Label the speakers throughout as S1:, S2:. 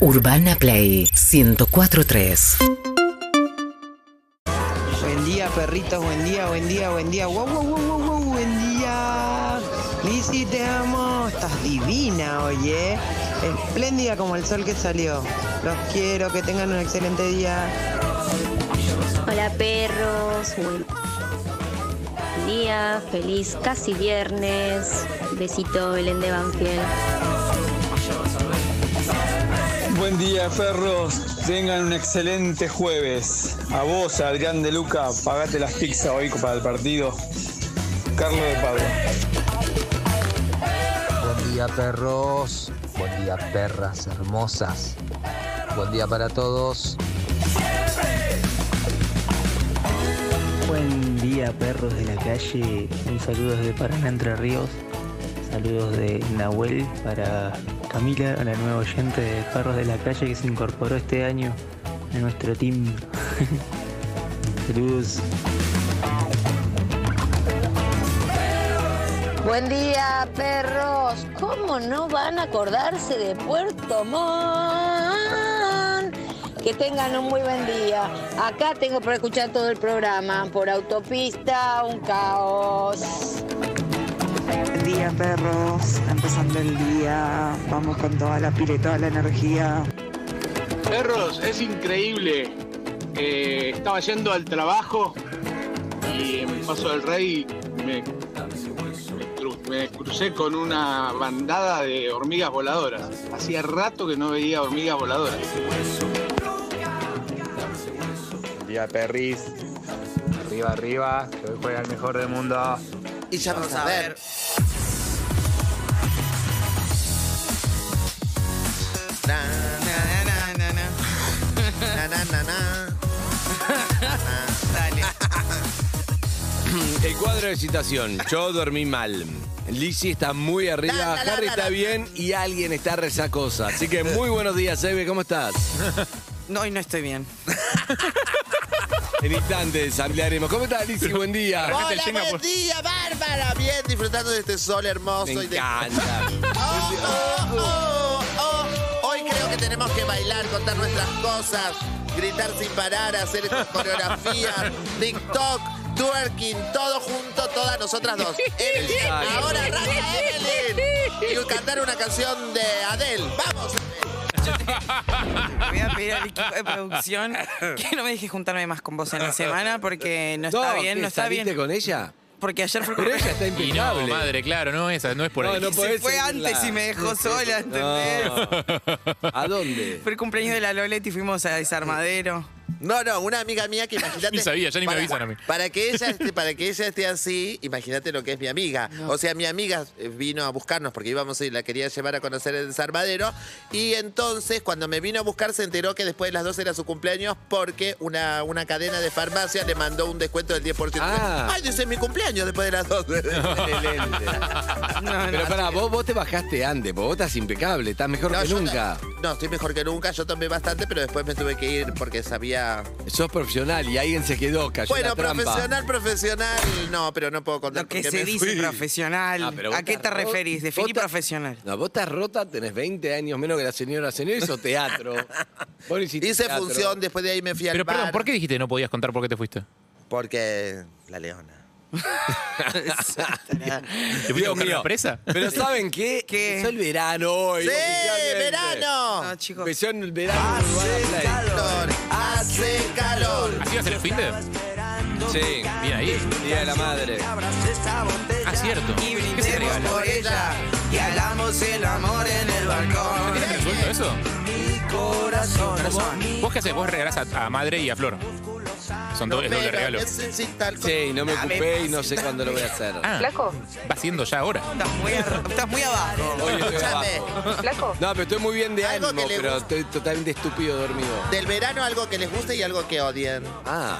S1: Urbana Play 1043.
S2: Buen día, perritos, buen día, buen día, buen día. Wow, wow, wow, wow, wow, buen día. Lizzy, te amo. Estás divina, oye. Espléndida como el sol que salió. Los quiero, que tengan un excelente día.
S3: Hola perros, buen día, feliz casi viernes. Besito Belén de Banfield.
S4: Buen día, Ferros. Tengan un excelente jueves. A vos, Adrián de Luca, pagate las pizzas hoy para el partido. Carlos de Pablo.
S5: Buen día perros, buen día perras hermosas, buen día para todos.
S6: Buen día, perros de la calle. Un saludo desde Paraná, Entre Ríos. Saludos de Nahuel para Camila, la nueva oyente de Perros de la Calle que se incorporó este año a nuestro team. Saludos.
S7: Buen día, perros. ¿Cómo no van a acordarse de Puerto Montt? Que tengan un muy buen día. Acá tengo para escuchar todo el programa. Por autopista, un caos.
S8: Buen día, perros. Empezando el día. Vamos con toda la pila y toda la energía.
S9: Perros, es increíble. Eh, estaba yendo al trabajo y en Paso del Rey me, me cru- me crucé con una bandada de hormigas voladoras. Hacía rato que no veía hormigas voladoras.
S4: Día Perris. Arriba, arriba, que hoy juega el mejor del mundo.
S10: Y ya vamos a ver. Na, na, na, na, na. Na, na, na, na. Dale.
S11: El cuadro de citación. Yo dormí mal. Lizzie está muy arriba,
S10: La, la, la,
S11: Harry
S10: la,
S11: está
S10: la.
S11: bien y alguien está resacosa. Así que muy buenos días, Eve, ¿cómo estás?
S10: No, hoy no estoy bien.
S11: En instantes ampliaremos. ¿Cómo estás, Lizzie? Buen día.
S12: Este
S10: Hola, buen día, Bárbara. Bien, disfrutando de este sol hermoso.
S11: Me
S10: y de-
S11: encanta.
S10: Oh, oh, oh, oh. Hoy creo que tenemos que bailar, contar nuestras cosas, gritar sin parar, hacer estas coreografías, TikTok, twerking, todo junto, todas nosotras dos. Evelyn,
S11: Exacto.
S10: ahora arranca Evelyn. Y cantar una canción de Adele. ¡Vamos!
S13: Voy a pedir al equipo de producción que no me deje juntarme más con vos en la semana porque no está
S11: No,
S13: bien,
S11: ¿qué,
S13: no está
S11: ¿Saliste
S13: bien.
S11: con ella?
S13: Porque ayer fue
S11: Pero ella está
S12: Y no,
S11: impecable.
S12: madre, claro, no, esa no es por
S11: No,
S12: ahí.
S11: no
S13: Se
S11: podés
S13: fue
S11: seguirla.
S13: antes y me dejó sola, ¿entendés?
S11: No. ¿A dónde?
S13: Fue el cumpleaños de la Loleta y fuimos a Desarmadero.
S10: No, no, una amiga mía que imagínate.
S12: Ni sabía, ya ni me
S10: para-
S12: avisan a mí.
S10: Para que ella esté, para que ella esté así, imagínate lo que es mi amiga. O sea, mi amiga eh, vino a buscarnos porque íbamos y la quería llevar a conocer el desarmadero. Y entonces, cuando me vino a buscar, se enteró que después de las 12 era su cumpleaños porque una, una cadena de farmacia le mandó un descuento del 10%.
S11: Ah.
S10: Ay, dice mi cumpleaños después de las 12.
S11: Excelente.
S13: No, no.
S11: Pero pará, vos, vos te bajaste antes, porque vos estás impecable, estás mejor que
S10: yo
S11: nunca.
S10: ta- no, estoy mejor que nunca. Yo tomé bastante, pero después me tuve que ir porque sabía.
S11: Sos profesional y alguien se quedó, cayó en
S10: Bueno,
S11: la trampa.
S10: profesional, profesional. No, pero no puedo contar.
S13: Lo que
S10: porque
S13: se
S10: me
S13: dice
S10: fui.
S13: profesional.
S11: Ah, pero vos
S13: ¿A qué te
S11: estás ro-
S13: referís? Definí
S11: vos estás-
S13: profesional.
S11: No, vos estás rota, tenés 20 años menos que la señora. Señora hizo teatro. Vos no hiciste
S10: Hice
S11: teatro.
S10: función, después de ahí me fui al
S12: Pero
S10: bar.
S12: perdón, ¿por qué dijiste que no podías contar por qué te fuiste?
S10: Porque la leona.
S12: ¿Te fuiste a
S11: Dios
S12: buscar
S11: mío.
S12: la presa?
S11: Pero ¿saben qué?
S13: ¿Qué?
S11: Empezó el verano hoy.
S10: ¡Sí!
S11: oficialmente.
S10: ¡Verano!
S11: Oh,
S10: Ah,
S13: No, chicos.
S11: Empezó el verano. Urbana Play.
S10: Calor,
S12: Ah,
S10: hace calor.
S12: ¿Así vas el fin de?
S11: Sí,
S12: Bien ahí.
S11: Día de la Madre.
S12: Ah, cierto. ¿Qué se regala?
S10: Por ella.
S12: ¿Tenés resuelto eso? ¿Vos qué haces? Vos regalás a, a madre y a Flor. Son doble,
S10: No
S12: doble
S10: me
S12: regalo.
S10: necesita el co-
S11: Sí, no me ocupé y no sé cuándo lo voy a hacer.
S12: Ah, va siendo ya ahora.
S13: Estás muy, ar- estás muy abajo.
S11: Hoy estoy
S10: Escúchame.
S11: abajo. No, pero estoy muy bien de
S10: Algo que
S11: ánimo,
S10: le
S11: pero
S10: gusta.
S11: estoy totalmente estúpido dormido.
S10: Del verano algo que les guste y algo que odien.
S11: Ah,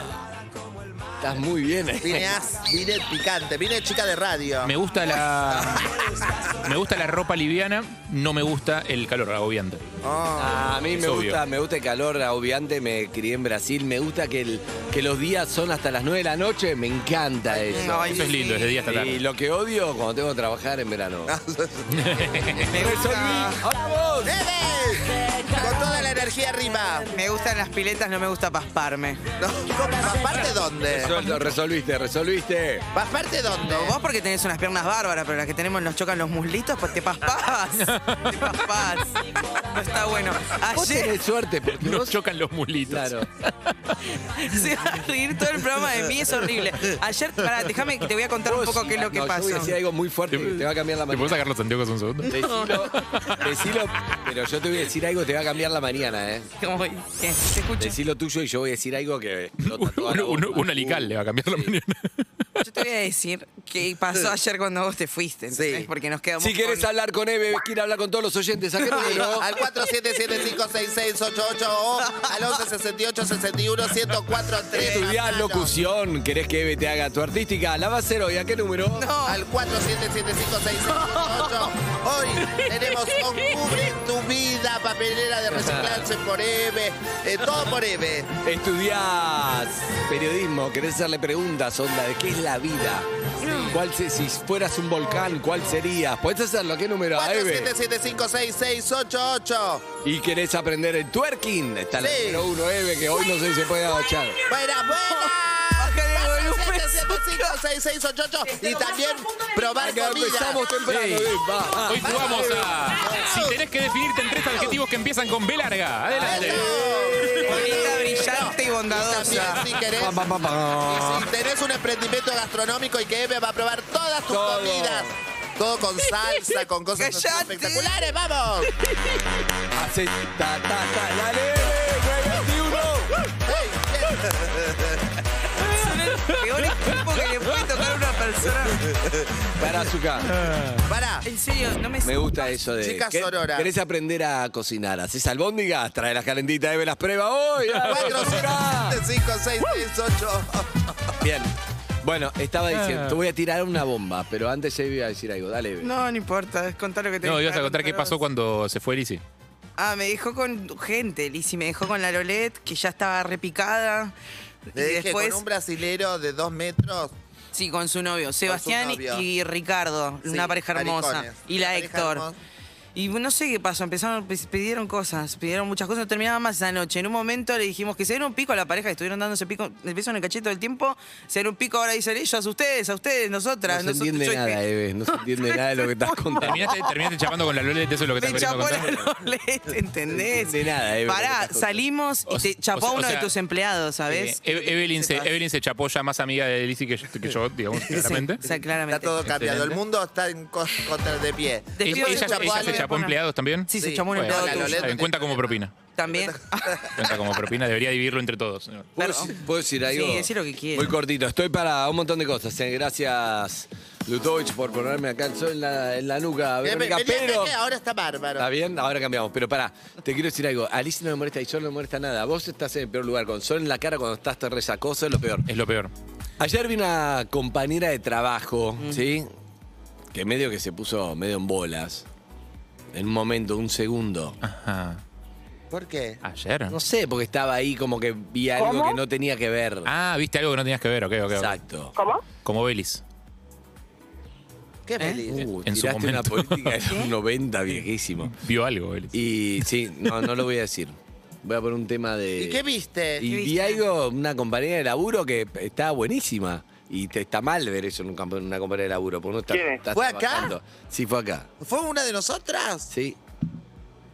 S11: estás muy bien. ahí.
S10: Vine, as- vine picante, vine chica de radio.
S12: Me gusta la. Me gusta la ropa liviana, no me gusta el calor agobiante.
S11: Ah, a mí
S12: Es
S11: me
S12: obvio.
S11: gusta, me gusta el calor, obviamente me crié en Brasil, me gusta que, el- que los días son hasta las 9 de la noche, me encanta eso.
S13: Ay,
S12: Eso es lindo, es de día hasta
S11: y
S12: tarde.
S11: lo que odio cuando tengo que trabajar
S13: Ah,
S11: en verano.
S13: Me gusta.
S11: ¡Resolví! ¡Vamos!
S10: ¡Bebe! Con toda energía arriba.
S13: Me gustan las piletas, no me gusta pasparme.
S10: ¿Pasparte dónde?
S11: Resuelto, resolviste, resolviste.
S10: ¿Pasparte dónde?
S13: Vos porque tenés unas piernas bárbaras, pero las que tenemos nos chocan los muslitos, pues te paspás. te paspás. No está bueno.
S11: Vos
S13: Ayer
S11: tenés suerte porque
S12: Nos
S11: vos-
S12: chocan los mulitos.
S11: Claro.
S13: se va a reír todo el programa de mí, es horrible. Ayer, pará, déjame que te voy a contar un poco qué es lo que
S11: No,
S13: pasó.
S11: Yo voy a decir algo muy fuerte que te va a cambiar la
S12: ¿Te puedo
S11: mañana.
S12: sacar los anteojos un segundo?
S11: Decilo, decilo, pero yo te voy a decir algo que te va a cambiar la mañana, ¿eh?
S13: Como, ¿qué? Te escucho.
S11: Decí lo tuyo y yo voy a decir algo que explota toda la
S12: Un, un-
S11: bomba.
S12: un alical le va a cambiar la mañana.
S13: Yo te voy a decir qué pasó ayer cuando vos te fuiste, ¿entendés? Porque nos quedamos
S11: Si querés
S13: con-
S11: hablar con Eve, quiere hablar con todos los oyentes, ¿a qué número?
S10: Al 47756688 o al 1168611043.
S11: Estudiás locución, querés que Eve te haga tu artística, la va a hacer hoy, ¿a qué número?
S10: Al 47756688. Hoy tenemos Octubre tu vida, papelera de reciclaje por Eve, eh, todo por Eve.
S11: Estudiás periodismo, querés hacerle preguntas, onda, ¿de qué es la vida? ¿Cuál se- si fueras un volcán, cuál serías? ¿Puedes hacerlo? ¿A qué número? A Eve.
S10: 47756688.
S11: Y querés aprender el twerking. Está
S10: Sí.
S11: la número uno, Eve, que hoy no sé si se puede agachar.
S10: Buena, buena. Y también probar
S11: Acá
S10: comida.
S11: empezamos temprano,
S12: Sí.
S11: Eve, va, va.
S12: Hoy jugamos a. Si tenés que definirte en tres adjetivos que empiezan con B larga. Adelante.
S13: Bonita, brillante y
S10: Y también,
S13: bondadosa.
S10: si querés,
S11: Pa, pa, pa, pa.
S10: si tenés un emprendimiento gastronómico y que Eve va a probar todas tus
S11: Todo.
S10: comidas. Todo con salsa, con cosas así
S13: ¡Cállate!
S10: espectaculares, vamos.
S11: Hace ta, ta, ta, dale, Eve, 921.
S10: Ey,
S13: Son el peor equipo que le puede tocar a una persona.
S11: Para azúcar.
S10: bien. Pará.
S13: En serio, no me
S11: Me gusta eso de.
S10: Chicas
S11: ¿qué-
S10: Sorora.
S11: ¿Querés aprender a cocinar? ¿Haces albóndigas? Trae las calentitas, Eve, las pruebas hoy. Dale, Sorora.
S10: 5, 6, 6, 8.
S11: Bien. Bueno, estaba
S12: Ah.
S11: diciendo, te voy a tirar una bomba, pero antes Eve iba a decir algo. Dale, Eve.
S13: No, no importa, contá lo que te
S12: No, ibas a contar qué pasó cuando se fue Lizzy.
S13: Ah, me dejó con gente, Lizzy, me dejó con la Lolet, que ya estaba repicada.
S10: Le
S13: y
S10: dije
S13: después,
S10: con un brasilero de dos metros.
S13: sí, con su novio, Sebastián
S10: novio.
S13: y Ricardo,
S10: Sí,
S13: una pareja hermosa.
S10: maricones.
S13: Y la,
S10: Una pareja
S13: Héctor.
S10: hermosa.
S13: Y no sé qué pasó, empezaron, pis- pidieron cosas, pidieron muchas cosas, no terminaban más esa noche. En un momento le dijimos que se dieron un pico a la pareja, que estuvieron dándose pico, el beso en el cachete todo el tiempo, se dieron un pico, ahora dicen ellos, a ustedes, a ustedes,
S11: No
S13: nosotras.
S11: se
S13: nosotros,
S11: entiende
S13: yo dije,
S11: nada, Eve. No se entiende nada de lo que estás contando.
S12: Terminaste, terminaste chapando con la Lolet, eso es lo que
S13: Me
S12: estás queriendo
S13: chapó la
S12: contar.
S13: Lolet, ¿entendés?
S11: De nada, Eve, lo que
S13: Pará,
S11: estás
S13: salimos y te
S12: O sea-
S13: chapó
S12: o sea-
S13: uno
S12: o
S13: de
S12: sea,
S13: tus empleados, ¿sabes?
S12: Eh, Eve- Evelyn, se, Evelyn se chapó ya más amiga de Lizzy que, yo- que yo, digamos,
S13: Sí,
S12: claramente.
S13: o sea, claramente.
S10: Está todo cambiado. El
S12: Excelente.
S10: mundo está en co- contra de pie.
S12: ¿E-
S13: Despido
S12: ¿Ella,
S13: de
S12: ella
S13: chapó a
S12: se
S13: alguien.
S12: chapó empleados también?
S13: Sí, se
S10: Sí.
S13: chapó un
S10: Bueno,
S13: empleado
S10: la
S13: tuyo.
S10: Lolet-
S12: en cuenta como propina.
S13: También. Ah,
S12: Cuenta como propina, debería dividirlo entre todos.
S11: ¿Puedo,
S13: Perdón.
S11: decir- puedo decir algo?
S13: Sí, decí lo que quieras.
S11: Muy cortito, estoy para un montón de cosas. eh. Gracias, Lutovich, por ponerme acá el sol en la, en la nuca.
S10: Ven,
S11: Verónica,
S10: ven, ven,
S11: pero.
S10: ven, ahora está bárbaro.
S11: Está bien, ahora cambiamos. Pero pará, te quiero decir algo. A Liz no me molesta y sol no me molesta nada. Vos estás en el peor lugar, con sol en la cara cuando estás te resacoso, es lo peor.
S12: Es lo peor.
S11: Ayer vi una compañera de trabajo,
S10: Mm.
S11: ¿sí? Que medio que se puso medio en bolas. En un momento, un segundo.
S12: Ajá.
S10: ¿Por qué?
S12: Ah, Ayer.
S11: No sé, porque estaba ahí como que vi algo que no tenía que ver.
S12: Ah, viste algo que no tenías que ver, ok, ok. ok.
S11: Exacto.
S12: Como Belis.
S10: Qué feliz.
S11: Uh,
S12: En su
S11: tiraste una
S12: momento.
S11: política de los 90 viejísimo.
S12: Vio algo, Belis.
S11: Y sí, no, no lo voy a decir. Voy a poner un tema
S12: Eh,
S11: de.
S10: ¿Y qué viste?
S11: Y vi algo, una compañera de laburo que está buenísima. Y te está mal ver eso en un campo- en una compañera de laburo. Porque no está, estás
S10: ¿Fue acá?
S11: trabajando. Sí, fue acá.
S10: ¿Fue una de nosotras?
S11: Sí.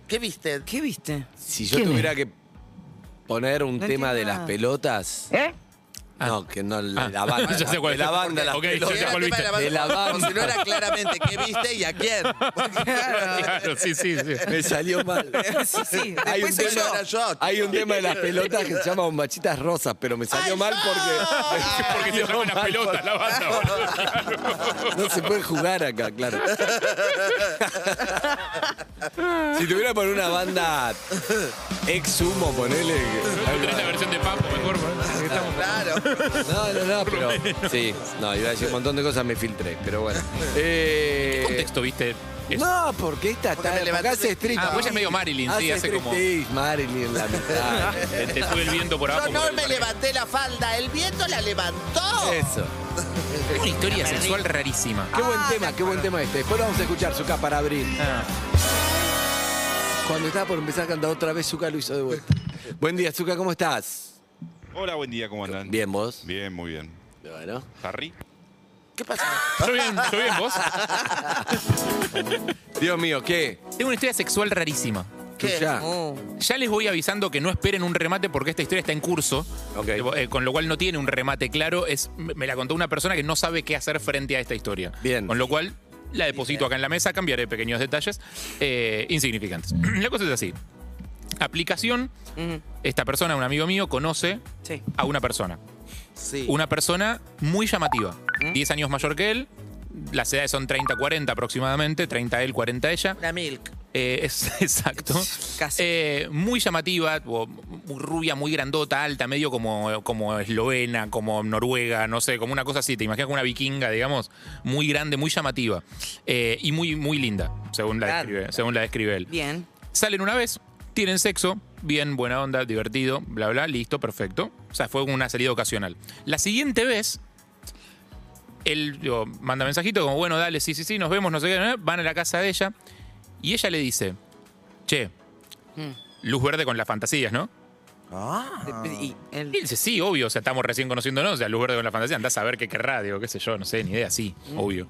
S10: ¿Qué viste?
S13: ¿Qué viste?
S11: Si yo
S13: ¿Quién
S11: tuviera que poner un
S13: No
S11: tema de
S13: entiendo
S11: las
S13: nada.
S11: pelotas.
S13: ¿Eh?
S11: No, que no, la,
S12: Ah.
S11: la banda.
S12: Ya sé cuál
S11: de la
S12: es.
S11: banda, las
S12: Ok, ya sé
S11: pelotas.
S12: cuál viste.
S11: De la
S10: O si no
S11: banda.
S10: era claramente qué viste y a quién.
S12: Claro, sí, sí, sí.
S11: Me salió mal.
S13: Sí, sí.
S11: Hay un,
S13: Después soy yo.
S10: era
S11: tema,
S10: yo.
S11: hay un tema de las pelotas que se llama Bombachitas Rosas, pero me salió
S10: ¡Ay,
S11: mal
S10: no!
S11: porque.
S12: Porque se llaman las pelotas, la banda. boludo.
S11: No se puede jugar acá, claro. si tuviera por una banda ex humo, ponele.
S12: ¿No tenés la versión de Papo mejor? boludo?
S10: Claro.
S11: No, no, no, pero. Sí, no, iba a decir un montón de cosas, me filtré, pero bueno.
S12: ¿Qué
S11: Eh,
S12: contexto viste? eso?
S11: no, porque esta
S10: Porque
S11: está.
S10: me
S11: Porque
S10: levanté
S11: hace striptease.
S12: Ah, pues ella es medio Marilyn, sí, hace como-
S11: striptease, Marilyn, la mitad.
S12: Te, te sube el viento por
S10: Yo
S12: abajo.
S10: no
S12: por el
S10: me
S12: parque.
S10: levanté la falda, el viento la levantó.
S12: Eh,
S11: Eso.
S12: Una historia sexual rarísima. Ah.
S11: Qué buen tema, qué buen tema este. Después lo vamos a escuchar, Zucca, para abrir. Cuando estaba por empezar a cantar otra vez, Zuka lo hizo de vuelta. Buen día, Zuka, ¿cómo estás?
S14: Hola, buen día, ¿cómo andan?
S11: Bien, vos.
S14: Bien, muy bien.
S11: Bueno.
S14: ¿Harry?
S10: ¿Qué pasa?
S12: Yo bien, yo bien, vos.
S11: Dios mío, ¿qué?
S12: Tengo una historia sexual rarísima.
S11: ¿Qué? Ya.
S13: Oh,
S12: Ya les voy avisando que no esperen un remate porque esta historia está en curso. Eh, con lo cual no tiene un remate claro. Es, me me la contó una persona que no sabe qué hacer frente a esta historia.
S11: Bien.
S12: Con lo cual la deposito acá en la mesa, cambiaré pequeños detalles eh, insignificantes. la cosa es así. Aplicación, esta persona, un amigo mío, conoce
S13: Sí.
S12: a una persona.
S10: Sí.
S12: Una persona muy llamativa. 10 años mayor que él. Las edades son 30, 40 aproximadamente. 30 él, 40 ella. Eh,
S10: La Milk.
S12: es, exacto. Eh, muy llamativa, tipo, muy rubia, muy grandota, alta, medio como, como eslovena, como noruega, no sé, como una cosa así. Te imaginas como una vikinga, digamos, muy grande, muy llamativa. Eh, y muy, muy linda, según la,
S13: Claro.
S12: describe, según la describe él.
S13: Bien.
S12: Salen una vez, tienen sexo, bien, buena onda, divertido, bla, bla, listo, perfecto. O sea, fue una salida ocasional. La siguiente vez, él digo, manda mensajito como, bueno, dale, sí, sí, sí, nos vemos, no sé qué, ¿eh? van a la casa de ella y ella le dice, che, luz verde con las fantasías, ¿no?
S10: Ah.
S13: Y él-
S12: Y él dice, sí, obvio, o sea, estamos recién conociéndonos, o sea, luz verde con las fantasías, andás a ver qué querrá, digo, qué sé yo, no sé, ni idea, sí, obvio.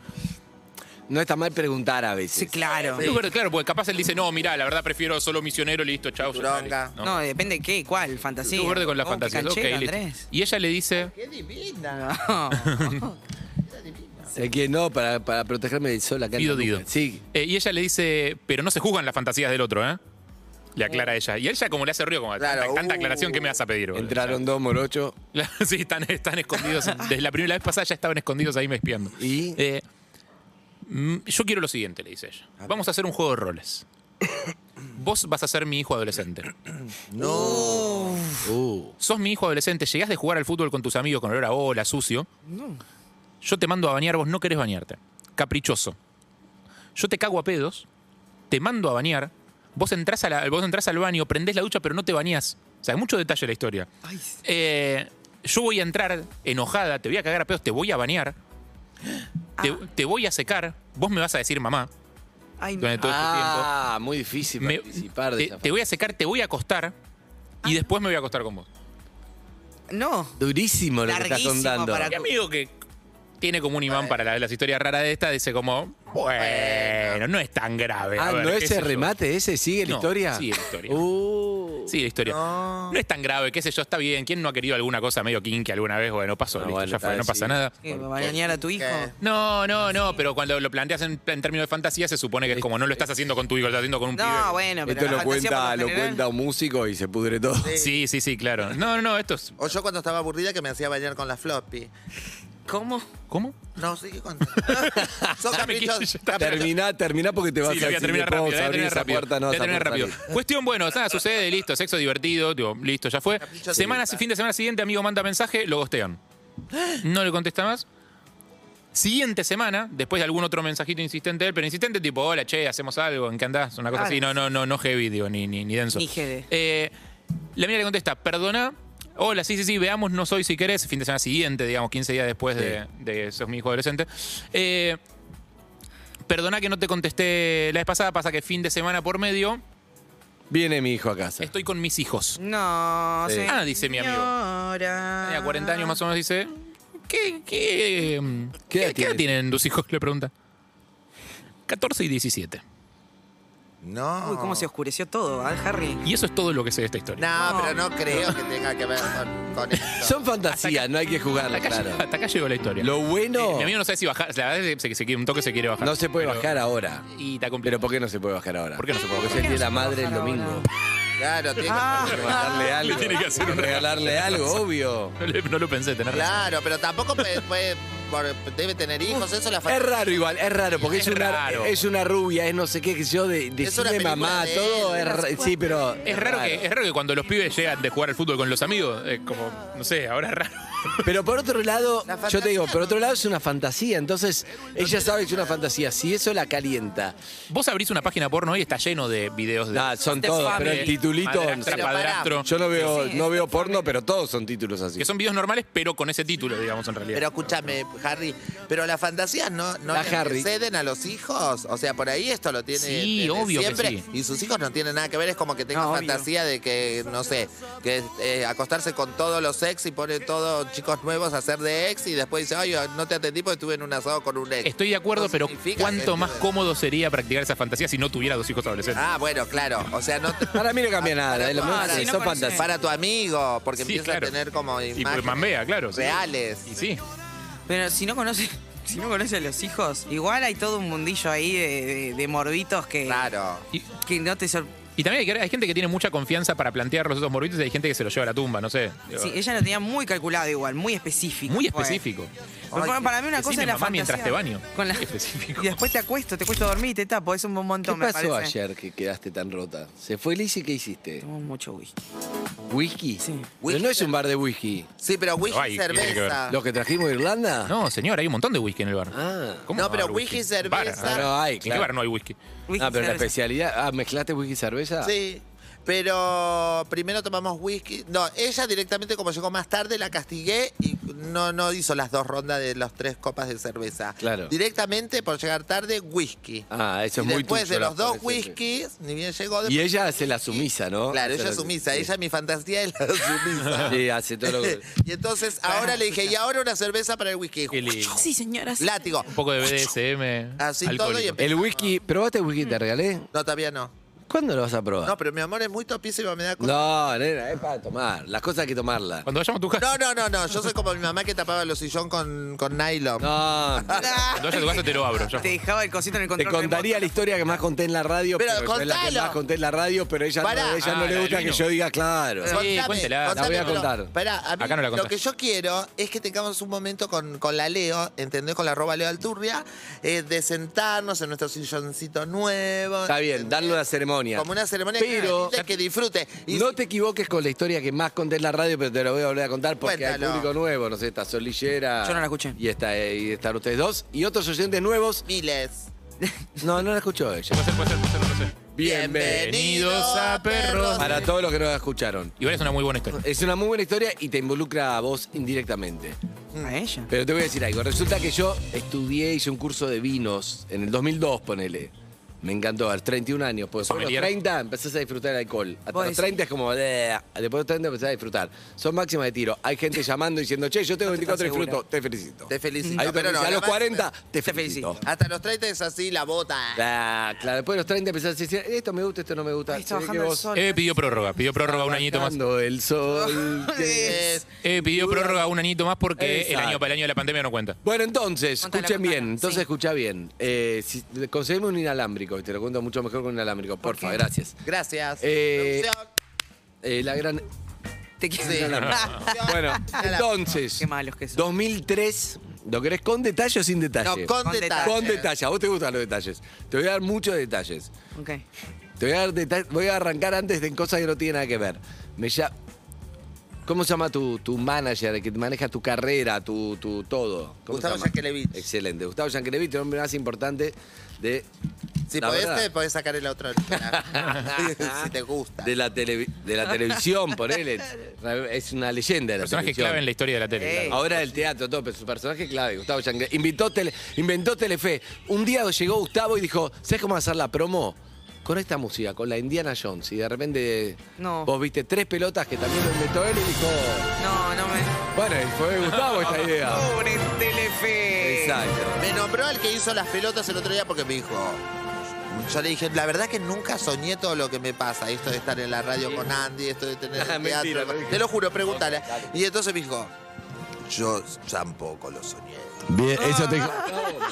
S11: No está mal preguntar a veces. Sí,
S13: claro.
S12: Luz verde, claro, porque capaz él dice, no, mirá, la verdad prefiero solo misionero, listo, chao. ya está, listo",
S13: No, depende de qué, cuál, fantasía.
S12: Luz verde con las
S13: Oh, qué
S12: fantasías, ok,
S13: canchero,
S12: listo.
S13: Andrés. Ah,
S12: Y ella le dice,
S10: Ah, Qué divina.
S11: Aquí no, para, para protegerme del sol acá. en
S12: Dido,
S11: la nuca.
S12: dido.
S11: Sí.
S12: Eh, y ella le dice, pero no se juzgan las fantasías del otro, ¿eh? Le aclara ella. Y ella como le hace río, como tanta, tanta
S10: uh.
S12: aclaración que me vas a pedir. boludo?
S11: Entraron dos morochos.
S12: sí, están, están escondidos. Desde la primera vez pasada ya estaban escondidos ahí me espiando.
S11: ¿Y?
S12: Eh, yo quiero lo siguiente, le dice ella. Vamos a hacer un juego de roles. Vos vas a ser mi hijo adolescente.
S10: No.
S12: Sos mi hijo adolescente, llegás de jugar al fútbol con tus amigos con olor a bola, sucio.
S13: No.
S12: Yo te mando a bañar, vos no querés bañarte. Caprichoso. Yo te cago a pedos, te mando a bañar, vos entrás, a la- vos entrás al baño, prendés la ducha, pero no te bañás. O sea, hay mucho detalle en la historia. Eh, yo voy a entrar enojada, te voy a cagar a pedos, te voy a bañar, te, te voy a secar, vos me vas a decir mamá
S13: Ay,
S12: durante todo este tiempo.
S11: ah, muy difícil
S12: Me-
S11: participar de
S12: Te,
S11: esa
S12: te voy a secar, te voy a acostar y después me voy a acostar con vos.
S13: No.
S11: Durísimo lo que estás
S12: Larguísimo
S11: contando. Eh.
S12: para- Mi amigo que tiene como un imán para la- las historias raras de esta, dice como, bueno, no es tan grave. A
S11: Ah,
S12: ver,
S11: ¿no
S12: qué sé
S11: ese
S12: yo.
S11: remate? ¿Ese sigue la
S12: No,
S11: historia?
S12: sigue la historia.
S11: Uh,
S12: Sí, la historia. No. es tan grave, qué sé yo, está bien. ¿Quién no ha querido alguna cosa medio kinky alguna vez? Ah, Bueno, pasó,
S11: Ah,
S12: listo, ya fue, no pasa nada.
S13: ¿Qué, ¿Va a bañar a tu hijo?
S12: No, no, no, pero cuando lo planteas en, en términos de fantasía, se supone que es como no lo estás haciendo con tu hijo, lo estás haciendo con un
S13: No,
S12: pibe.
S13: bueno, pero
S11: Esto
S13: la
S11: lo
S13: fantasía
S11: cuenta,
S13: por
S11: lo
S13: general-
S11: cuenta un músico y se pudre todo.
S12: Sí, sí, sí, claro. No, no, no, esto es.
S10: O yo cuando estaba aburrida que me hacía bañar con la floppy.
S13: ¿Cómo?
S12: ¿Cómo?
S10: No, sí, con... Son caprichos.
S11: Terminá, terminá porque te vas
S12: Sí,
S11: a
S12: la voy a
S11: decir,
S12: terminar rápido,
S11: después vamos
S12: la voy a
S11: abrir
S12: terminar
S11: esa
S12: rápido.
S11: puerta, no
S12: la voy a
S11: esa
S12: terminar
S11: puerta
S12: rápido. Cuestión, bueno, nada, sucede, listo, sexo divertido, digo, listo, ya fue. Semana, fin de semana siguiente, amigo manda mensaje, lo gostean. No le contesta más. Siguiente semana, después de algún otro mensajito insistente de él, pero insistente, tipo, hola, che, hacemos algo, ¿en qué andás? Una cosa
S13: Ah,
S12: así, no, no, no, no heavy, digo, ni, ni, ni denso.
S13: Ni GD.
S12: Eh, la mina le contesta, perdona. Hola, sí, sí, sí, veamos, no soy si querés. Fin de semana siguiente, digamos, 15 días después de, de Sos mi hijo adolescente. Eh, perdona que no te contesté la vez pasada, pasa que fin de semana por medio
S11: Viene mi hijo a casa.
S12: estoy con mis hijos.
S13: No,
S12: Sí.
S13: se-
S12: Ah, dice mi amigo.
S13: Señora.
S12: Tenía 40 años más o menos, dice. ¿Qué, qué, qué, qué edad tienen tus hijos? Le pregunta. 14 y 17.
S10: No.
S13: Uy, cómo se oscureció todo, ¿ah, Harry?
S12: Y eso es todo lo que sé de esta historia.
S10: No, pero no creo que tenga que ver con, con esto.
S11: Son fantasías, no hay que jugarlas, claro.
S12: Hasta acá llegó la historia.
S11: Lo bueno.
S12: Mi amigo no sabe si bajar. La verdad es que se, se quiere- un toque se quiere bajar.
S11: No se puede
S12: Pero-
S11: bajar ahora.
S12: Y está
S11: ¿Pero por qué no se puede bajar ahora?
S12: ¿Por qué no se puede
S11: Porque es el día de la madre el domingo.
S10: Claro, tiene
S11: Ah.
S10: que
S11: Regalarle algo.
S12: Le tiene que hacer un
S11: Regalarle
S12: regalo.
S11: algo, obvio.
S12: No, le- no lo pensé, tenés razón.
S10: Claro, pero tampoco puede, puede- por- debe tener hijos, eso la
S11: Es raro igual, es raro, porque es,
S12: Es
S11: una,
S12: raro.
S11: es una rubia, es no sé qué, que yo, de, de
S10: Es una
S11: cine,
S10: película
S11: mamá,
S10: de
S11: todo
S10: él,
S11: es
S10: de
S11: ra-
S10: las
S11: Sí, pero.
S12: Es raro, Que, es raro que cuando los pibes llegan de jugar al fútbol con los amigos, es como, no sé, ahora es raro.
S11: Pero por otro lado,
S15: La
S11: yo te
S15: fantasía
S11: digo, por
S15: no-
S11: otro lado es una fantasía. Entonces, ella sabe que es una fantasía. Si eso la calienta.
S12: Vos abrís una página porno y está lleno de videos de. Este
S11: Ah, son
S12: de
S11: todos,
S12: fame,
S11: pero el titulito.
S12: madrastra, padrastro.
S11: Yo no veo, no veo porno, pero todos son títulos así.
S12: Que son videos normales, pero con ese título, digamos, en realidad.
S10: Pero escúchame, Harry, pero las fantasías no, no
S12: La
S10: les
S12: Harry.
S10: ceden a los hijos. O sea, por ahí esto lo tiene
S12: Sí,
S10: desde
S12: obvio que
S10: siempre.
S12: sí.
S10: Y sus hijos no tienen nada que ver. Es como que tengan fantasía de que, no sé, que eh, acostarse con todos los ex y pone todos chicos nuevos a ser de ex y después dice, ay, ah, no te atendí porque estuve en un asado con un ex.
S12: Estoy de acuerdo,
S10: No
S12: pero
S10: significa
S12: ¿cuánto
S10: que-
S12: más cómodo sería practicar esa fantasía si no tuviera dos hijos adolescentes?
S10: Ah, bueno, claro. O sea, no.
S11: Para mí no cambia
S10: Ah,
S11: nada.
S12: lo mismo, sí, son fantasías.
S10: Para tu amigo, porque
S12: Sí,
S10: empieza
S12: claro.
S10: a tener como
S12: Y
S10: imágenes
S12: pues mambea, claro. sí.
S10: reales.
S12: Y sí.
S13: Pero si no conoce, si no conoce a los hijos, igual hay todo un mundillo ahí de, de- de morbitos que.
S10: Claro.
S13: que no te sor-
S12: Y también hay, que- hay gente que tiene mucha confianza para plantear los otros morbitos y hay gente que se los lleva a la tumba, no sé.
S13: Sí, ella lo tenía muy calculado igual, muy específico.
S12: Muy
S13: fue.
S12: específico.
S13: Pero para- para mí una cosa
S12: Decime,
S13: es la
S12: mamá,
S13: fantasía.
S12: mientras te baño.
S13: Con la- Y después te acuesto, te acuesto dormir y te tapo. Es un buen
S11: ¿Qué
S13: montón, me
S11: pasó
S13: parece.
S11: ayer que quedaste tan rota? ¿Se fue Lizzy? ¿Qué hiciste?
S13: Tomó mucho whisky.
S11: ¿Whisky? Sí. Pero no es un bar de whisky.
S10: Sí, pero whisky,
S12: Ay, ¿qué tiene que ver?
S10: cerveza.
S11: ¿Los que trajimos de Irlanda?
S12: No, señor, hay un montón de whisky en el bar.
S11: Ah.
S12: ¿Cómo
S10: No,
S12: va a
S10: pero
S12: haber
S10: whisky, cerveza.
S12: Bar,
S10: Ah,
S11: no hay,
S12: ¿En
S11: claro.
S12: qué bar no hay whisky?
S11: ah, pero la especialidad. Ah, ¿mezclaste whisky y cerveza?
S10: Sí. Pero primero tomamos whisky. No, ella directamente, como llegó más tarde, la castigué y no, no hizo las dos rondas de las tres copas de cerveza.
S11: Claro.
S10: Directamente, por llegar tarde, whisky.
S11: Ah, eso es
S10: y
S11: muy
S10: después
S11: tuyo,
S10: de
S11: la
S10: los dos
S11: pobre siempre.
S10: whiskies, ni bien llegó.
S11: Y
S10: después-
S11: ella hace la sumisa, ¿no?
S10: Claro,
S11: Hace
S10: ella
S11: la-
S10: es sumisa.
S11: sí.
S10: Ella, mi fantasía, es la sumisa.
S11: Sí, hace todo lo que...
S10: y entonces, ahora le dije, y ahora una cerveza para el whisky.
S12: Qué lindo.
S13: Sí, señora. sí.
S10: Látigo.
S12: Un poco de BDSM.
S10: Así todo
S12: alcohólico.
S10: y
S11: El whisky, ¿probaste whisky que te regalé?
S10: No, todavía no.
S11: ¿Cuándo lo vas a probar?
S10: No, pero mi amor es muy topísimo, me da cosa.
S11: Ah. No, nena, es para tomar. Las cosas hay que tomarlas.
S12: Cuando vayamos a tu
S10: No,
S12: casa.
S10: no, no, no. Yo soy como mi mamá que tapaba los sillón con, con nylon.
S12: Cuando
S11: No,
S12: vaya a tu casa te lo abro. ya
S13: Te
S12: fue.
S13: dejaba el cosito en el
S11: te
S13: control.
S11: contaría la historia que más conté en la radio,
S10: Pero
S11: pero, es la que
S10: contalo.
S11: más conté en la radio, pero ella,
S10: Pará.
S11: no, ella
S12: Ah,
S11: no
S12: la
S11: le gusta
S12: del
S11: que
S12: vino.
S11: yo diga claro.
S12: Sí, cuéntela.
S11: La voy a contar.
S10: Pará, a mí
S12: Acá no la
S10: lo
S12: contás.
S10: que yo quiero es que tengamos un momento con, con la Leo, ¿entendés? Con la arroba Leo Alturria, eh, de sentarnos en nuestro silloncito nuevo.
S11: Está bien, darle una ceremonia.
S10: Como una ceremonia
S11: Pero-
S10: que, que disfrute. Y
S11: No te equivoques con la historia que más conté en la radio, pero te la voy a volver a contar porque
S10: Cuéntalo.
S11: hay público nuevo, no sé, está Solillera.
S13: Yo no la escuché.
S11: Y, está, eh, y están ustedes dos. Y otros oyentes nuevos.
S10: miles.
S11: No, no la escuchó ella.
S12: Puede ser, puede ser, puede ser, no lo sé.
S10: Bienvenidos a Perros.
S11: Para todos los que no la escucharon.
S12: Igual es una muy buena historia.
S11: Es una muy buena historia y te involucra a vos indirectamente.
S13: A ella.
S11: Pero te voy a decir algo. Resulta que yo estudié, hice un curso de vinos en el 2002, ponele. Me encantó, a los 31 años. Pues a los
S12: Sommelier.
S11: 30 empezás a disfrutar el alcohol. Hasta
S13: Vos decís.
S11: los 30 es como... "Bleh". Después de los 30 empezás a disfrutar. Son máximas de tiro. Hay gente llamando diciendo, che, yo tengo 24 y
S13: segura.
S11: disfruto. Te felicito.
S10: Te felicito.
S11: Hay otra
S10: pero
S11: que
S10: no,
S11: dice, a
S10: la
S11: los
S10: más-
S11: 40 te felicito.
S10: Hasta los 30 es así la bota.
S11: Ah, claro, después de los 30 empezás a decir, esto me gusta, esto no me gusta.
S13: Ay, está
S11: Se ve que
S13: bajando el
S11: vos- Eh,
S13: sol.
S12: Eve Eh, pidió prórroga, pidió prórroga un añito más.
S11: Bajando el sol.
S10: Es-
S12: Eve eh, pidió prórroga un añito más porque el
S11: Exacto.
S12: año para el año de la pandemia no cuenta.
S11: Bueno, entonces,
S13: Contala,
S11: escuchen
S13: contala,
S11: bien, entonces
S13: sí.
S11: escucha bien. Eh, si, conseguime un inalámbrico, y te lo cuento mucho mejor con un inalámbrico, porfa,
S13: qué?
S11: gracias.
S10: Gracias.
S11: Eh,
S10: Producción.
S11: Eh, la gran...
S13: Te quiero.
S10: Sí.
S11: Bueno, entonces,
S13: Qué malos que son.
S11: 2003, ¿lo querés con detalle o sin detalle?
S10: No, con,
S13: Con
S10: detalle.
S11: Con detalle, a vos te gustan los detalles. Te voy a dar muchos detalles.
S13: Ok.
S11: Te voy a, dar deta- voy a arrancar antes de cosas que no tienen nada que ver. Me lla- ¿Cómo se llama tu, tu manager, el que maneja tu carrera, tu, tu todo? ¿Cómo se
S10: Gustavo
S11: llama?
S10: Yankelevich.
S11: Excelente. Gustavo Yankelevich, el hombre más importante de...
S10: Si
S11: la
S10: podés,
S11: verdad,
S10: te podés sacar el otro. si este te gusta.
S11: de la, televi- de la televisión, ponele. Es una leyenda de la
S12: Personaje
S11: televisión.
S12: clave en la historia de la tele.
S13: Ey.
S11: Ahora del teatro, todo, pero su personaje clave, Gustavo Yankelevich. Inventó, tele, inventó Telefe. Un día llegó Gustavo y dijo, ¿sabes cómo hacer la promo? Con esta música, con la Indiana Jones. Y de repente
S13: No.
S11: vos viste tres pelotas que también lo inventó él y dijo,
S13: No, no me.
S11: bueno, y fue de Gustavo esta idea.
S13: Pobre Telefe.
S11: Ah. Exacto.
S10: Me nombró al que hizo las pelotas el otro día porque me dijo. Yo le dije, la verdad que nunca soñé todo lo que me pasa. Esto de estar en la radio con Andy, esto de tener el
S11: Ah, Mentira,
S10: teatro.
S11: lo dije.
S10: te lo juro, pregúntale. Y entonces me dijo, yo tampoco lo soñé.
S11: Bien, eso te dijo.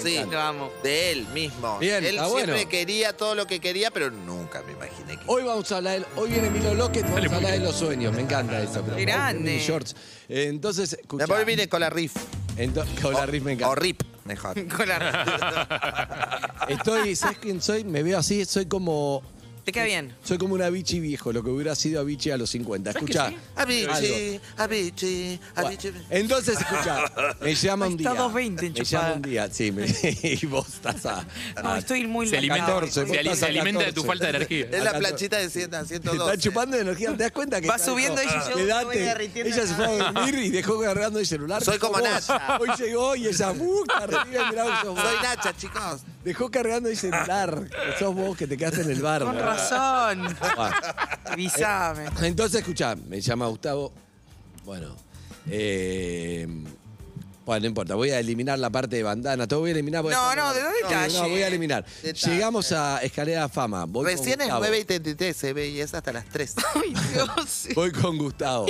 S10: Sí,
S13: Te amo.
S10: de él mismo.
S11: Bien,
S10: él
S11: ah, bueno.
S10: siempre quería todo lo que quería, pero nunca me imaginé que.
S11: Hoy vamos a hablar, hoy viene Milo Lockett, vamos a hablar de los sueños. Me encanta eso. pero-
S13: Grande.
S11: mini Shorts. Eh, Entonces, escuchá.
S10: Me voy vine con la riff.
S11: Ento- con la riff me encanta.
S10: O rip, mejor.
S13: Con la-
S11: Estoy, ¿sabes quién soy? Me veo así, soy como
S13: Te queda bien.
S11: Soy como un Avicii viejo, lo que hubiera sido Avicii a los 50.
S13: ¿Sabes que
S11: Escucha.
S13: sí?
S10: Avicii, Avicii, Avicii.
S11: Entonces, escucha, me llama un día.
S10: Está 2.20
S11: Me llama un día, sí. me- y vos estás a.
S13: No, estoy muy
S11: Ah, Se
S13: lacado.
S11: alimenta- 14,
S13: Estoy-
S11: se alimenta- se alimenta de tu falta de energía.
S10: Es la planchita de 100 a
S11: Te
S10: 112.
S11: está chupando energía, ¿te das cuenta que
S10: Va
S11: está-
S10: subiendo y yo
S11: Ah.
S10: voy
S11: Quédate.
S10: derritiendo
S11: Ella se fue a
S10: acá.
S11: dormir y dejó cargando el celular.
S10: Soy como
S11: vos.
S10: Nacha.
S11: Hoy llegó y ella, uh, arriba, mirá,
S12: Ah,
S11: vos sos vos.
S10: Soy Nacha, chicos.
S11: Dejó cargando el celular. Sos vos que te quedaste en el bar.
S13: Con
S11: boludo.
S13: razón.
S11: Bueno.
S13: Avisame.
S11: Eh, Entonces, escuchá, me llama Gustavo. Bueno, eh, bueno, no importa, voy a eliminar la parte de bandana. Todo voy a eliminar. voy a
S10: No,
S11: dejar-
S10: no, de dos detalles.
S11: No, voy a eliminar.
S10: Detalle.
S11: Llegamos a Escalera Fama. Voy con
S10: Recién es
S11: Gustavo.
S10: 9 y 33, se ve, y es hasta las 3.
S11: Voy con Gustavo.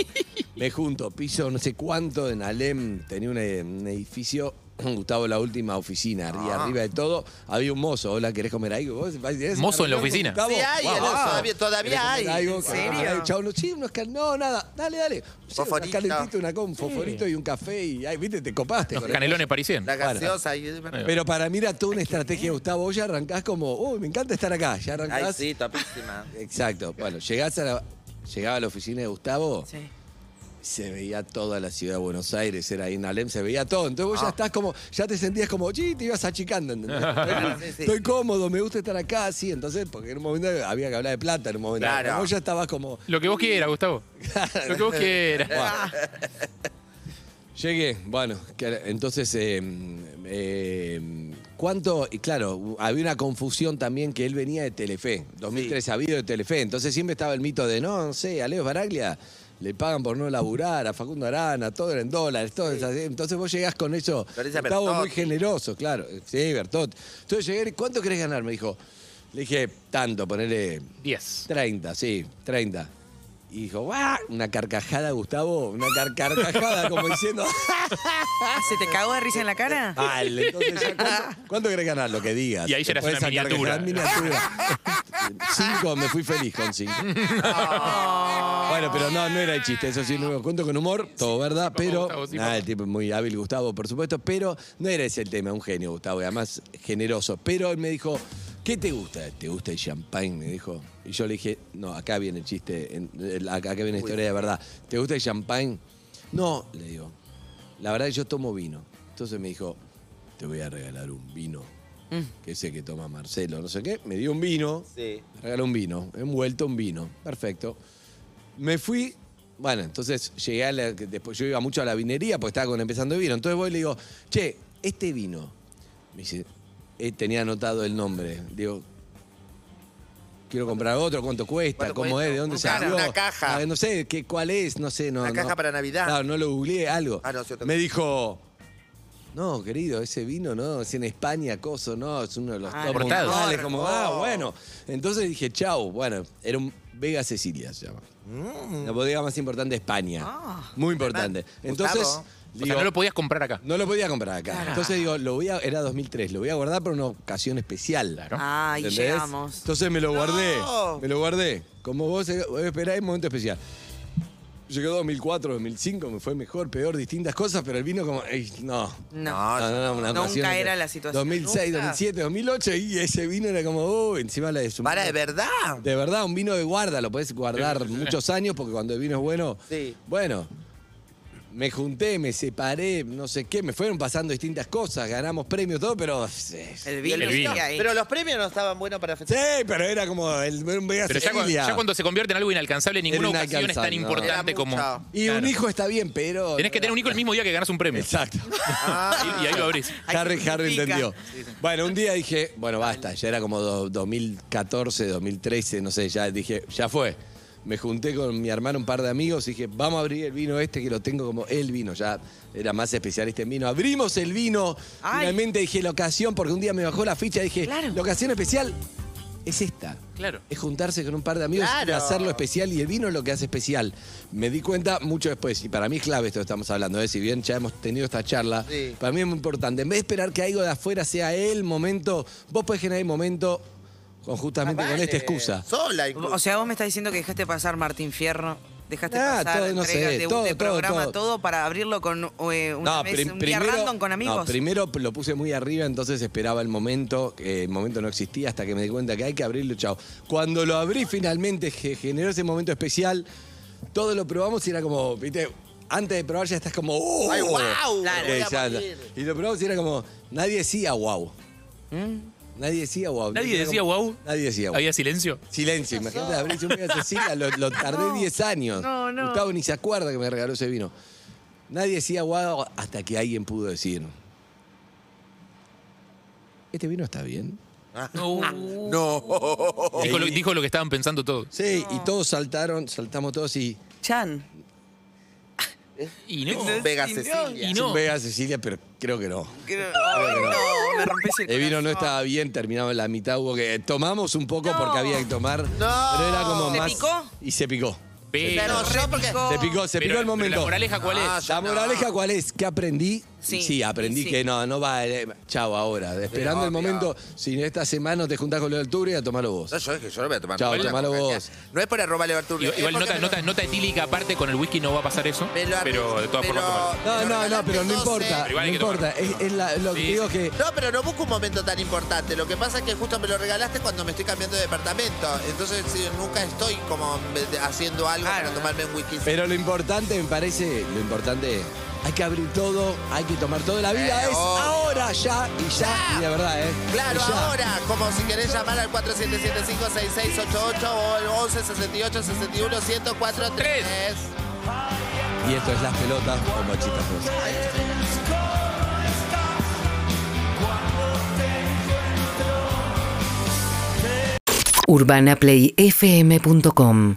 S11: Me junto, piso no sé cuánto en Alem, tenía un, eh, un edificio. Gustavo, la última oficina, arriba,
S10: Ah.
S11: arriba de todo. Había un mozo, hola, ¿querés comer algo? ¿Vos vas y-
S6: Mozo en la
S11: Gustavo,
S6: oficina.
S10: Sí hay, el oso, todavía- todavía
S11: ¿Querés comer
S10: hay.
S11: algo?
S10: ¿En serio?
S11: Ay, chau, no, sí, unos cal- no, nada, dale, dale. Sí, unas
S10: Foforito.
S11: calentitas, una con, foforito y un café. Y, ay, viste, te copaste.
S6: Los
S11: con el
S6: canelones
S11: mozo.
S6: parisien.
S10: La gaseosa. y-
S11: Pero para mí era toda una estrategia, Gustavo. Vos ya arrancás como, uy, me encanta estar acá. Ya arrancás.
S10: Ay, sí, topísima.
S11: Exacto. Bueno, llegás a la, llegaba a la oficina de Gustavo.
S13: Sí.
S11: Se veía toda la ciudad de Buenos Aires, era ahí en Alem, se veía todo. Entonces vos ya estás como, ya te sentías como, sí, te ibas achicando, ¿entendés?
S10: Claro, Ah. sí, sí.
S11: Estoy cómodo, me gusta estar acá, sí. Entonces, porque en un momento había que hablar de plata, en un momento.
S6: Claro.
S11: Pero Vos ya estabas como.
S6: Lo que vos quieras, Gustavo. Lo que vos quieras.
S11: Llegué, bueno, que- entonces, eh, eh, ¿cuánto? Y claro, había una confusión también que él venía de Telefe, 2003 ha habido de Telefe, entonces siempre estaba el mito de, no, no sé, a Leo Baraglia le pagan por no laburar, a Facundo Arana, todo era en dólares, todo es así. entonces vos llegás con eso,
S10: Florencia
S11: estaba muy
S10: Bertotti.
S11: generoso, claro, sí, Bertot. Entonces llegué, ¿cuánto querés ganar? Me dijo, le dije, tanto, ponele...
S6: 10.
S11: 30, sí, 30. Y dijo, ¡guau! Una carcajada, Gustavo, una car- carcajada, como diciendo,
S13: Ah, ¿Se te cagó de risa en la cara?
S11: Vale, entonces, ya, ¿cuánto, cuánto querés ganar? Lo que digas.
S6: Y ahí ya eras
S11: Después
S6: una
S11: de esa
S6: miniatura.
S11: carcajada, miniatura. Cinco, me fui feliz con cinco. Bueno, pero no, no era el chiste, eso sí, no lo cuento con humor, todo verdad, pero.
S6: Gustavo, sí,
S11: nada, el tipo es muy hábil, Gustavo, por supuesto, pero no era ese el tema, un genio, Gustavo, y además generoso. Pero él me dijo, ¿qué te gusta? ¿Te gusta el champagne? Me dijo. Y yo le dije, no, acá viene el chiste, en- el- acá acá viene la historia de verdad. ¿Te gusta el champagne? No, le digo. La verdad, yo tomo vino. Entonces me dijo, te voy a regalar un vino. Que ese que toma Marcelo, no sé qué. Me dio un vino. Me regaló un vino. Envuelto un vino. Perfecto. Me fui. Bueno, entonces llegué a la, que después yo iba mucho a la vinería porque estaba con empezando el vino. Entonces voy y le digo, che, este vino. Me dice, eh, tenía anotado el nombre. Digo, quiero comprar otro, cuánto cuesta,
S10: ¿Cuánto
S11: cómo
S10: cuesta?
S11: es, de dónde
S10: Una
S11: se
S10: caja,
S11: salió.
S10: una caja.
S11: Ah, no sé, qué, cuál es, no sé, no.
S10: Una
S11: no.
S10: caja para Navidad.
S11: Claro, no lo googleé, algo.
S10: Ah, no, sí, otra
S11: Me
S10: cosa.
S11: dijo. No, querido, ese vino no, es en España, coso, no, es uno de los
S6: Ah,
S11: top
S6: importado.
S11: mundiales, como,
S6: Oh.
S11: ah, bueno. Entonces dije, chau, bueno, era un Vega Cecilia, se llama. La bodega más importante de España. Muy importante. Entonces,
S6: Mm. Ah. Gustavo. O sea, no lo podías comprar acá.
S11: No lo podía comprar acá.
S6: Claro.
S11: Entonces digo, lo voy a, era 2003, lo voy a guardar para una ocasión especial.
S13: Ah, y
S11: ¿Entendés?
S13: llegamos.
S11: Entonces me lo guardé, me lo guardé. Como vos eh, esperáis un momento especial. Llegó 2004, 2005, me fue mejor, peor, distintas cosas, pero el vino como, ey, no.
S13: No.
S11: una
S13: Nunca
S11: ocasión
S13: era
S11: que-
S13: la situación.
S11: 2006,
S13: Nunca.
S11: 2007, 2008, y ese vino era como, uh, encima la de su
S10: Para, ¿de verdad?
S11: De verdad, un vino de guarda, lo podés guardar
S10: Sí, sí, sí.
S11: muchos años porque cuando el vino es bueno,
S10: Sí.
S11: bueno, me junté, me separé, no sé qué, me fueron pasando distintas cosas, ganamos premios, todo, pero. Sí,
S13: El
S10: Y el vino. Pero los premios no estaban buenos para festejar.
S11: pero era como el, un Vega
S6: Pero ya, cu-
S11: Cecilia.
S6: ya cuando se convierte en algo inalcanzable, ninguna
S11: Era
S6: ocasión es tan
S11: inalcanzable, no.
S6: importante como.
S11: Y un hijo está bien, pero.
S6: Tenés que tener un hijo el mismo día que ganas un premio.
S11: Exacto.
S6: Y, y ahí lo abrís.
S11: Harry, Harry entendió. Bueno, un día dije, bueno, basta, ya era como do- 2014, 2013, no sé, ya dije, ya fue. Me junté con mi hermano, un par de amigos, y dije, vamos a abrir el vino este, que lo tengo como el vino, ya era más especialista en vino. Abrimos el vino,
S13: Ay.
S11: finalmente dije la ocasión, porque un día me bajó la ficha, dije, la ocasión especial es esta.
S6: Claro.
S11: Es juntarse con un par de amigos y
S10: Claro.
S11: hacerlo especial y el vino es lo que hace especial. Me di cuenta mucho después, y para mí es clave esto que estamos hablando, ¿eh? si bien ya hemos tenido esta charla,
S10: Sí.
S11: para mí es muy importante. En vez de esperar que algo de afuera sea el momento, vos podés generar el momento
S13: Ah,
S11: con justamente con esta excusa.
S10: Sola,
S13: O sea, vos me estás diciendo que dejaste pasar Martín Fierro, dejaste
S11: Ah,
S13: pasar
S11: todo, no
S13: entregas
S11: sé,
S13: de,
S11: todo,
S13: de
S11: todo,
S13: programa,
S11: todo.
S13: todo, para abrirlo con eh, una
S11: No,
S13: vez,
S11: prim-
S13: un día random con amigos?
S11: no, primero lo puse muy arriba, entonces esperaba el momento. eh, el momento no existía hasta que me di cuenta que hay que abrirlo, chao. Cuando lo abrí finalmente, ge- generó ese momento especial. Todo lo probamos y era como, viste, antes de probar ya estás como, ¡oh!
S10: ¡Ay, guau!
S11: Claro,
S10: Voy a
S11: ya-
S10: morir.
S11: y lo probamos y era como, nadie decía wow. Nadie decía wow.
S12: ¿Mm? ¿Nadie
S11: Era
S12: decía
S11: como-
S12: wow?
S11: Nadie decía wow.
S12: ¿Había silencio?
S11: Silencio, imagínate abrir un vino a Cecilia, lo, lo tardé 10 años.
S12: no, no.
S11: Gustavo ni se acuerda que me regaló ese vino. Nadie decía guau hasta que alguien pudo decir. ¿Este vino está bien? No.
S12: Dijo lo, dijo lo que estaban pensando todos.
S11: Sí, y todos saltaron, saltamos todos y.
S13: Chan.
S12: Y no.
S10: Vega
S12: Y no.
S10: Cecilia.
S12: Y
S11: Es
S12: no.
S11: un Vega Cecilia, pero creo que no.
S13: Creo-
S11: Creo que
S13: No,
S11: no.
S13: me rompes el
S11: El vino no estaba bien, terminaba en la mitad, hubo que. Tomamos un poco porque había que tomar. Pero era como
S13: ¿Se
S11: más.
S13: picó?
S11: Y se picó.
S12: Pero,
S10: No, yo porque.
S11: Se picó, se
S12: Pero-
S11: picó el
S12: pero
S11: momento.
S12: ¿La moraleja cuál
S11: Ah,
S12: es?
S11: ¿La moraleja cuál es? ¿Qué aprendí?
S13: Sí,
S11: Sí, aprendí
S13: sí.
S11: que no, no va. eh, chao, ahora. Esperando el
S10: obvio.
S11: momento. Si esta semana te juntás con lo del Tour y a tomarlo vos.
S10: No, yo es que yo no voy a tomar.
S11: Chao,
S10: ninguna
S11: tomalo
S10: compañía.
S11: vos.
S10: No es por arroba Leo Arturo.
S12: Igual
S10: es porque
S12: nota,
S10: me lo-
S12: nota, nota etílica aparte, con el whisky no va a pasar eso.
S10: me lo-
S12: Pero de todas
S10: me
S12: formas,
S10: lo-
S12: tomalo.
S11: No,
S10: me lo
S11: no, no, pero no
S10: regalaste, eh.
S11: importa.
S10: entonces-
S12: Pero igual
S11: No
S12: hay que
S11: importa. Es, es la- lo que
S12: Sí,
S11: digo
S12: sí.
S11: que.
S10: No, pero no busco un momento tan importante. Lo que pasa es que justo me lo regalaste cuando me estoy cambiando de departamento. Entonces sí, nunca estoy como haciendo algo para tomarme un whisky.
S11: Pero lo importante, me parece, lo importante es. Hay que abrir todo, hay que tomar todo. La vida
S10: Eh,
S11: es
S10: obvio.
S11: ahora, ya y ya. Y de verdad, ¿eh?
S10: Claro,
S11: Y ya.
S10: ahora, como si querés llamar al 4775-6688 o al 11 68 61 104 3.
S11: Y esto es las pelotas o mochitas. Rosas.
S1: UrbanaPlayFM.com